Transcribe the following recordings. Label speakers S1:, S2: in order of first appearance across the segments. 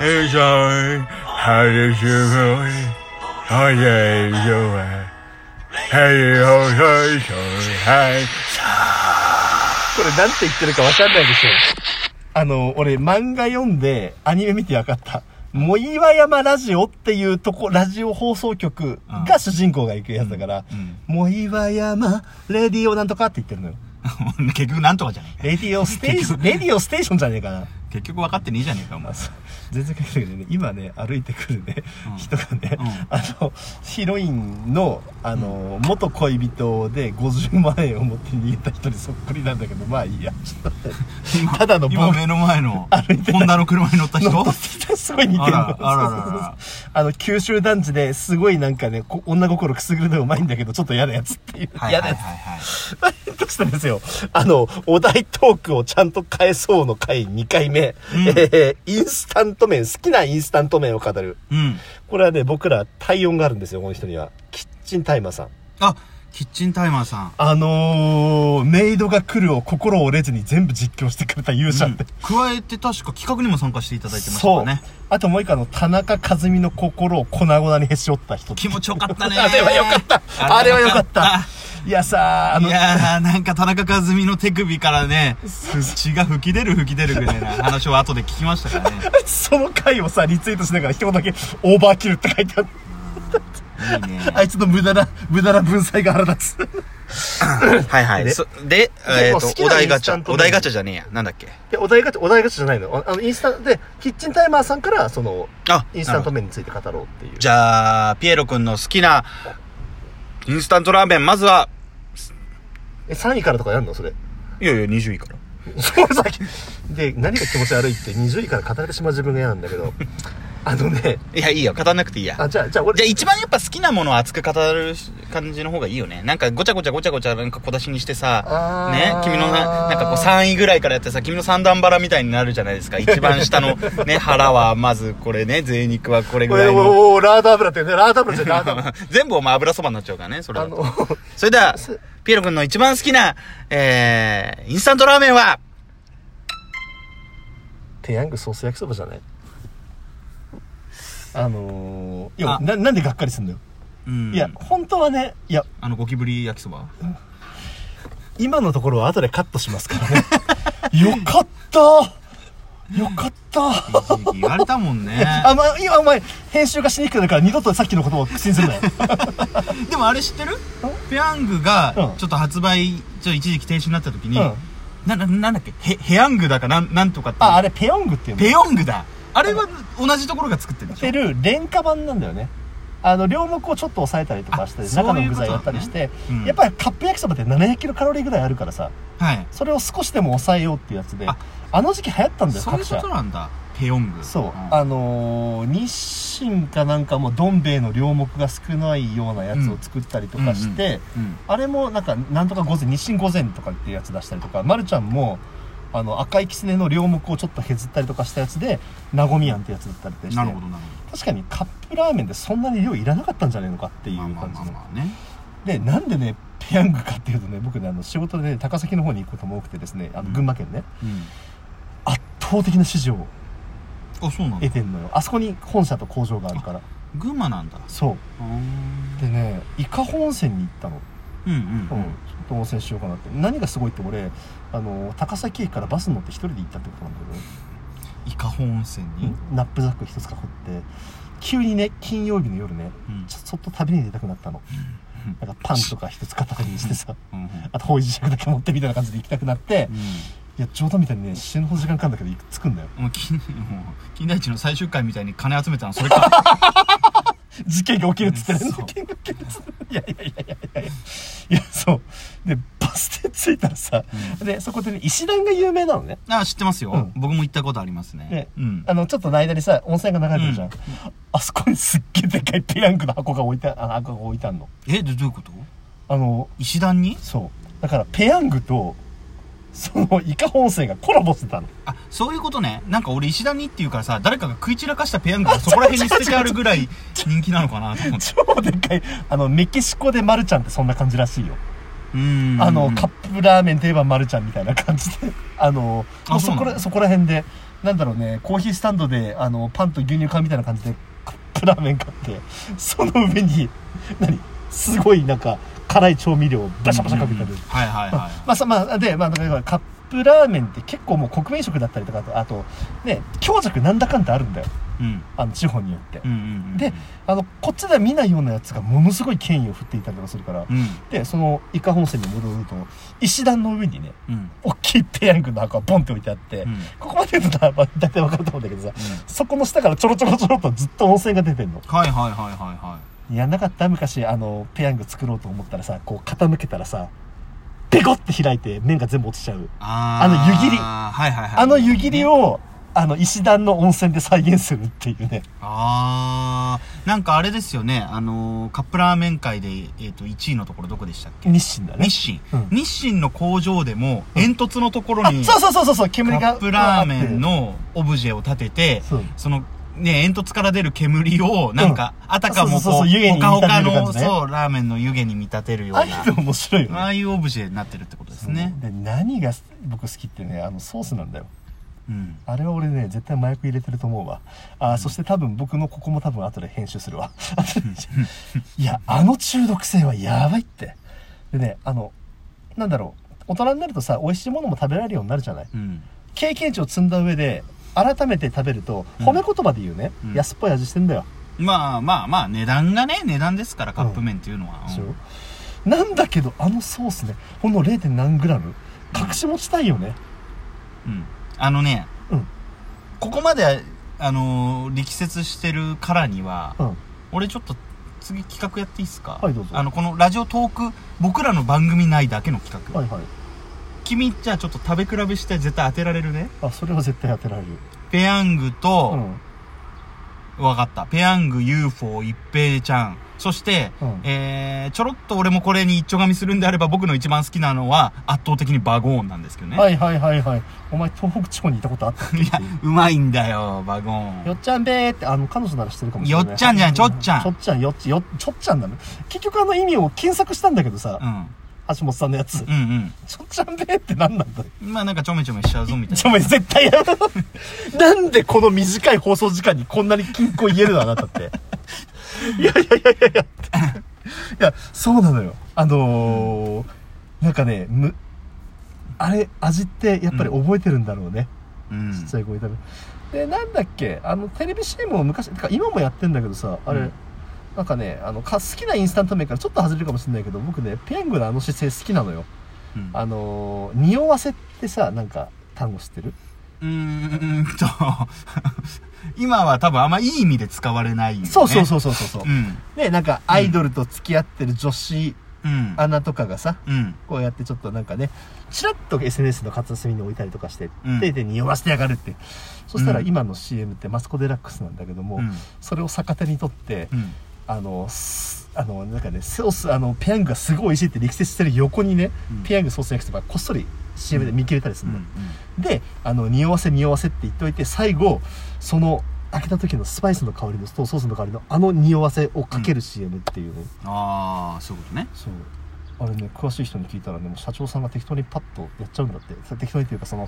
S1: Who's sorry? How did you feel? How did you feel? Hey, oh, sorry, sorry, hey.
S2: これなんて言ってるかわかんないでしょ。あの、俺漫画読んでアニメ見てわかった。藻岩山ラジオっていうとこ、ラジオ放送局が主人公が行くやつだから、藻岩山レディオなんとかって言ってるのよ。
S3: 結局なんとかじゃねえか
S2: レディオステーシ ョン、レディオステーションじゃねえかな。
S3: 結局分かってねえじゃねえかお前
S2: 全然関係ないけどね今ね歩いてくるね、
S3: うん
S2: 人がね、
S3: うん
S2: あのヒロインのあの、元恋人で50万円を持って逃げた人にそっくりなんだけどまあいいやちょっと
S3: 今
S2: ただの
S3: 今
S2: 僕
S3: 目の前のホンダの車に乗った人
S2: 乗っ取 ってきたすごい似てる
S3: あ
S2: の
S3: らあらあらあら
S2: そうそうそう あの九州男児ですごいなんかねこ女心くすぐるのうまいんだけどちょっと嫌なやつっていう、
S3: はい
S2: 嫌
S3: は
S2: ないや
S3: はいはい
S2: つ どうしたんですよあのお題トークをちゃんと返そうの回2回目、えーインスタント麺好きなインスタント麺を語る
S3: うん
S2: これはね、僕ら体温があるんですよ、この人には。キッチンタイマーさん。
S3: あキッチンタイマーさん
S2: あのー、メイドが来るを心折れずに全部実況してくれた勇者
S3: う
S2: っ
S3: ん
S2: て。
S3: 加えて確か企画にも参加していただいてました
S2: そ
S3: か
S2: う
S3: ね。
S2: あともう一個あの、田中和美の心を粉々にへし折った人。
S3: 気持ちよかったね
S2: あれはよかった あれはよかったいやさあの
S3: い、やーなんか田中和美の手首からね血が吹き出る吹き出るぐらいな話を後で聞きましたからね
S2: その回をさ、リツイートしながら一言だけ、オーバーキルって書いてある。
S3: いいね
S2: あいつの無駄な、無駄な文才が腹立つ。
S3: はいはい
S2: で
S3: そでえっ
S2: 好き
S3: と
S2: な
S3: お題ガ
S2: インス
S3: チ
S2: タント
S3: ャ
S2: 麺
S3: お題ガチャじゃねえやなんだっけ
S2: いや、お題がち、お題がちじゃないの。あの、インスタ、で、キッチンタイマーさんから、その、
S3: あ
S2: 麺について語ろうっていう
S3: じゃあピエロくんの好きなインスタントラーメンまずは
S2: え、3位からとかやんのそれ。
S3: いやいや20位から
S2: そうさっきで何が気持ち悪いって20位から語れてしまう自分が嫌なんだけどあのね
S3: いやいいよ語らなくていいや
S2: あじゃあじゃあ俺
S3: じゃあ一番やっぱ好きなものを熱く語る感じの方がいいよね。なんかごちゃごちゃごちゃごちゃなんか小出しにして
S2: あ
S3: さ、
S2: ー
S3: ね、君のな、なんかこう3位ぐらいからやってさ、君の三段腹みたいになるじゃないですか。一番下の ね、腹はまずこれね、贅肉はこれぐ
S2: これ
S3: ら
S2: お
S3: いの。
S2: ーおーラーダー油ってねラーダー油ってラーダー 油
S3: 全部お前油そばになっちゃうからね、それ
S2: あ
S3: だと。
S2: の
S3: それでは、ピエロ君の一番好きな、えー、インスタントラーメンは、
S2: ペヤングソース焼きそばじゃないあのー、い
S3: あ
S2: やななんでがっかりすんのよ、いや本当はねいや
S3: あのゴキブリ焼きそば
S2: 今のところは後でカットします からねよかったよかった
S3: 言われたもん ね。
S2: あま今お前編集がしにくくなるから二度とさっきのことを口にす るなよ
S3: でもあれ知ってるペヤングが
S2: うん
S3: ちょっと発売ちょ一時期停止になった時に、
S2: うん
S3: なななんだっけヘヘヤングだかなんなんとかっていう
S2: ああれペヨングっていうの
S3: ペヨングだあれは同じところが作ってるんで
S2: っ
S3: しょ
S2: てる廉価版なんだよねあの両目をちょっと抑えたりとかして
S3: あ
S2: 中
S3: そう
S2: の
S3: いう
S2: 具
S3: こと
S2: 材やったりして、
S3: ねうん
S2: やっぱりカップ焼きそばって700キロカロリーぐらいあるからさ
S3: はい
S2: それを少しでも抑えようっていうやつであ
S3: あ
S2: の時期流行ったんだよ
S3: そうい
S2: 各
S3: うこ
S2: 社
S3: となんだペヨング
S2: そ
S3: ん
S2: う、あのー日清かなんかもどん兵衛の両目が少ないようなやつを作ったりとかして、
S3: うん
S2: あれもなんかなんとか午前日清午前とかっていうやつ出したりとか、ま、るちゃんもあの赤い狐の両目をちょっと削ったりとかしたやつでなごみやんってやつだったりとかして
S3: なるほどなる
S2: 確かにカップラーメンでそんなに量いらなかったんじゃないのかってい
S3: ほ
S2: う
S3: どまあまあ
S2: 感
S3: まあ
S2: じの
S3: まあね
S2: でなんでねペヤングかっていうとね僕ねあの仕事でね高崎の方に行くことも多くてですねあ
S3: う
S2: の
S3: ん
S2: 群馬県ね、
S3: うん
S2: 圧倒的な支持を
S3: あそうなんだ
S2: 得てんのよあそこに本社と工場があるから
S3: 群馬なんだ
S2: そう
S3: ー
S2: うでね伊香保温泉に行ったの、
S3: うんうん
S2: うん、ちょっと温泉しようかなって何がすごいって俺あの高崎駅からバスに乗って一人で行ったってことなんだよね
S3: 伊香保温泉に、
S2: ナップザック一つ囲って急にね金曜日の夜ね
S3: うん
S2: ちょちょっと旅に出たくなったの
S3: うん
S2: なんかパンとか一つ片手にしてさ
S3: うんうん
S2: あと方位磁石だけ持ってみたいな感じで行きたくなって、いや冗談みたいにね死ぬほど時間かかるんだけど行く着くんだよ
S3: もう金もう金田一の最終回みたいに金集めたのそれ か
S2: 事件が起きるっつってね
S3: うんそ
S2: 事
S3: う
S2: 件が起きるっつっていやいやいやいやいやいやいやそうでバス停着いたらさ、でそこでね石段が有名なのね
S3: あ知ってますよ、
S2: うん
S3: 僕も行ったことありますね
S2: ね
S3: うん
S2: あのちょっとの間にさ温泉が流れてるじゃん、
S3: うん
S2: あそこにすっげえでかいペヤングの箱が置いてあ箱が置いてあんの
S3: えどどういうこと
S2: あの
S3: 石段に
S2: そうだからペヤングとその伊香保温泉がコラボしてたの
S3: あそういうことねなんか俺石段にっていうからさ誰かが食い散らかしたペヤン グがそこら辺に捨ててあるぐらい人気なのかなと思って
S2: 超でっかいあのメキシコでマルちゃんってそんな感じらしいよ
S3: うん
S2: あの、カップラーメンといえば丸ちゃんみたいな感じで、 あの、
S3: あ
S2: もう
S3: そ
S2: そう
S3: な
S2: こ
S3: の
S2: ら、そこら辺で、なんだろうね、コーヒースタンドで、あの、パンと牛乳缶みたいな感じで、カップラーメン買って、その上に、 何すごいなんか、辛い調味料をバシャバシャかけてる。
S3: はいはいはい
S2: まあ、さまあ、で、まあ、だからカップラーメンって結構もう国民食だったりとか、あとあと、ね、強弱なんだかんだあるんだよ。
S3: うん
S2: あの、地方によって
S3: うんう。んうん
S2: で、あの、こっちでは見ないようなやつがものすごい権威を振っていたりとかするから、
S3: うん
S2: で、その、伊香本線に戻ると、石段の上にね、
S3: うん
S2: 大きいペヤングの箱がボンって置いてあって、
S3: うん
S2: ここまで言うとな、まあ、大体わかると思うんだけどさ、そこの下からちょろちょろちょろっとずっと温泉が出てんの。
S3: はいはいはいはいはい
S2: やんなかった昔、あの、ペヤング作ろうと思ったらさ、こう傾けたらさ、ペコって開いて麺が全部落ちちゃう。
S3: あ
S2: あの湯切り
S3: あはいはいはい
S2: あの湯切りを、あの、石段の温泉で再現するっていうね。
S3: ああなんかあれですよねあのーカップラーメン界で、えー、と1位のところどこでしたっけ
S2: 日清だね。
S3: 日清、
S2: うん
S3: 日清の工場でも煙突のところ
S2: あ、
S3: に、
S2: そうそうそうそうそう、煙が。
S3: カップラーメンのオブジェを立てて
S2: そう
S3: そのね煙突から出る煙をなんか、あたかも
S2: そうそう
S3: こ
S2: そう
S3: う
S2: 湯気に
S3: ほ
S2: 見
S3: か
S2: 立
S3: ほ
S2: てる
S3: か
S2: 感
S3: の
S2: じね
S3: そうラーメンの湯気に見立てるよう
S2: ああ
S3: な
S2: いうの面白いよね。
S3: ああいうオブジェになってるってことですね
S2: で何が僕好きってねあのソースなんだよ
S3: うん
S2: あれは俺ね絶対麻薬入れてると思うわあー、そして多分僕のここも多分後で編集するわ いやあの中毒性はやばいってでねあのなんだろう大人になるとさ美味しいものも食べられるようになるじゃない
S3: うん
S2: 経験値を積んだ上で改めて食べると
S3: うん
S2: 褒め言葉で言うね、
S3: うん
S2: 安っぽい味してんだよ、
S3: まあまあまあ値段がね値段ですからカップ麺っていうのは、
S2: でし
S3: うん
S2: ょなんだけどあのソースねほんの 0. 何グラム隠し持ちたいよね
S3: うんあのね、
S2: うん
S3: ここまであのー力説してるからには、
S2: うん
S3: 俺ちょっと次企画やっていいですか
S2: はいどうぞ
S3: あのこのラジオトーク僕らの番組内だけの企画、
S2: はいはい
S3: 君じゃあちょっと食べ比べして絶対当てられるね
S2: あそれは絶対当てられる
S3: ペヤング
S2: う
S3: と、
S2: ん
S3: わかったペヤング UFO 一平ちゃんそして、
S2: うん
S3: えー、ちょろっと俺もこれに一丁噛みするんであれば僕の一番好きなのは圧倒的にバゴーンなんですけどね、、
S2: はいいはいはいはいお前東北地方にいたことあったっけ
S3: やうまいんだよバゴー
S2: よ
S3: ン
S2: っちゃんべーってあの彼女なら知ってるかもしれない
S3: よっちゃんじゃんちょっちゃん
S2: ちょっちゃんよっちよちょっちゃんなの結局あの意味を検索したんだけどさ、
S3: うん
S2: 橋本さんのやつ、ち
S3: うんうん
S2: ょっちゃんべーって何なんだよ
S3: まあなんかちょめちょめしちゃうぞみたい
S2: ちょお前絶対やめろ なんでこの短い放送時間にこんなに均衡言えるのあなた っていやいやいやいやいやいやそうなのよあのーなんかねむあれ味ってやっぱり覚えてるんだろうね、
S3: な。うん。
S2: ちっちゃい声食べでなんだっけあのテレビ CM も昔てか今もやってんだけどさあれ、
S3: うん
S2: なんかねあのか好きなインスタント麺からちょっと外れるかもしれないけど僕ねペヤングのあの姿勢好きなのよ
S3: うん
S2: あのー匂わせってさなんか単語知ってる
S3: うーんと、今は多分あんまいい意味で使われないよね。。
S2: そうそうそううそうそうそう、
S3: うん。
S2: ねなんかアイドルと付き合ってる女子
S3: うん。
S2: アナとかがさ
S3: うん。
S2: こうやってちょっとなんかねチラッと SNS の片隅に置いたりとかして、
S3: うん
S2: 手で匂わせてやがるってそしたら
S3: うん
S2: 今の CM ってマスコ・デラックスなんだけども、
S3: うん。
S2: それを逆手にとって
S3: う、ん。
S2: あの、すあの、なんかね、ソース、あの、ペヤングがすごい美味しいって力説してる横にね、
S3: うん
S2: ペヤングソース焼きそばこっそり CM で見切れたりす
S3: う
S2: るの、
S3: ん。
S2: で、あの、匂わせ匂わせって言っておいて、最後、その、開けた時のスパイスの香りのとソースの香りのあの匂わせをかける CM っていうね、
S3: ああ、そういうことね。
S2: そうあれね詳しい人に聞いたらねもう社長さんが適当にパッとやっちゃうんだってそれ適当にっていうかその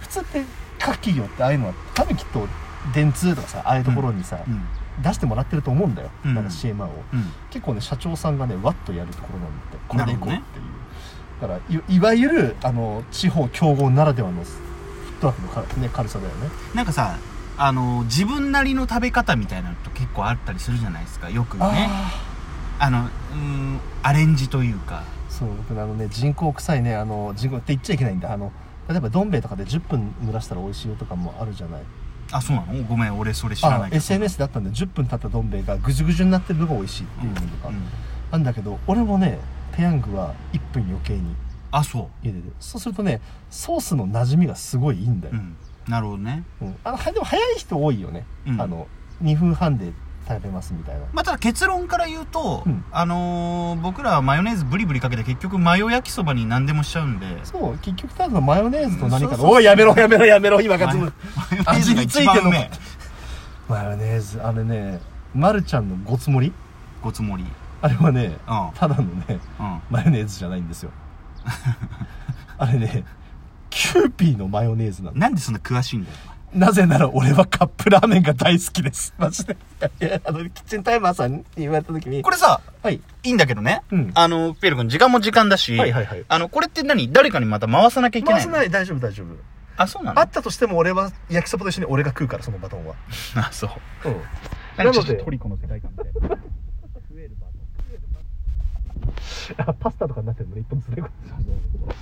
S2: 普通って各企業ってああいうのは多分きっと電通とかさああいうところにさ、
S3: うん。
S2: 出してもらってると思うんだよ、
S3: うん
S2: なんか CM を、
S3: うん。
S2: 結構ね社長さんがねわっとやるところなんだってこれ
S3: な
S2: で
S3: る
S2: い
S3: ほ
S2: こ
S3: ど
S2: うっていう
S3: ね、
S2: だからいいわゆるあの地方競合ならではのフットワークのか、ね、軽さだよね
S3: なんかさ、あの、自分なりの食べ方みたいなのと結構あったりするじゃないですか。よくね。
S2: あ
S3: あの、うーん、アレンジというか。
S2: ーそう僕ねあのね人工臭いねあの人工って言っちゃいけないんだあの例えばどん兵衛とかで10分濡らしたら美味しいよとかもあるじゃない
S3: あ、そうなのごめん、俺それ知らない
S2: あ
S3: けど。
S2: SNS だったんで10分経ったどん兵衛がぐじゅぐじゅになってるのが美味しいっていうのとか、
S3: うんうん
S2: なんだけど俺もねペヤングは1分余計に
S3: あ、そ
S2: 入れてるそうするとねソースの馴染みがすごいいいんだよ
S3: う。う、ん。なるほどね。
S2: うん、あのはでも早い人多いよね、
S3: うん
S2: あの2分半で食べますみたいな
S3: まあ、ただ結論から言うと、
S2: うん
S3: あのー僕らはマヨネーズブリブリかけて結局マヨ焼きそばに何でもしちゃうんで
S2: そう結局ただのマヨネーズと何か
S3: うんそうそう
S2: の
S3: そう
S2: おいやめろやめろやめろ今が
S3: マ
S2: つ
S3: ヨ
S2: む
S3: マヨネーズが一番うめえ
S2: マヨネーズあれねまるちゃんのごつ盛り
S3: ごつ盛り
S2: あれはね
S3: うんうん
S2: ただのねマヨネーズじゃないんですよあれね、キューピーのマヨネーズなの。
S3: なんでそんな詳しいんだよ。
S2: なぜなら俺はカップラーメンが大好きです。マジで。いや、あの、キッチンタイマーさんに言われた時に、
S3: これさ、
S2: はい。
S3: いいんだけどね。
S2: うん
S3: あの、ピエロ君、時間も時間だし、
S2: はいはいはい
S3: あの、これって何誰かにまた回さなきゃいけない
S2: 回
S3: の
S2: さない、大丈夫大丈夫。
S3: あ、そうなの
S2: あったとしても俺は焼きそばと一緒に俺が食うから、そのバトンは。
S3: あ、そう。
S2: うん。
S3: な
S2: なの
S3: ん
S2: で
S3: かちょっとトリコの世界観みたいな。増えるバ
S2: あパスタとかになってるのね、一本ずつね。これ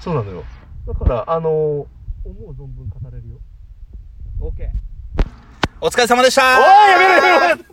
S2: そうなのよ。だから、あのー思う存分語れるよ。
S3: トン。オッケー。お疲れ様でした
S2: おいやめろやめろ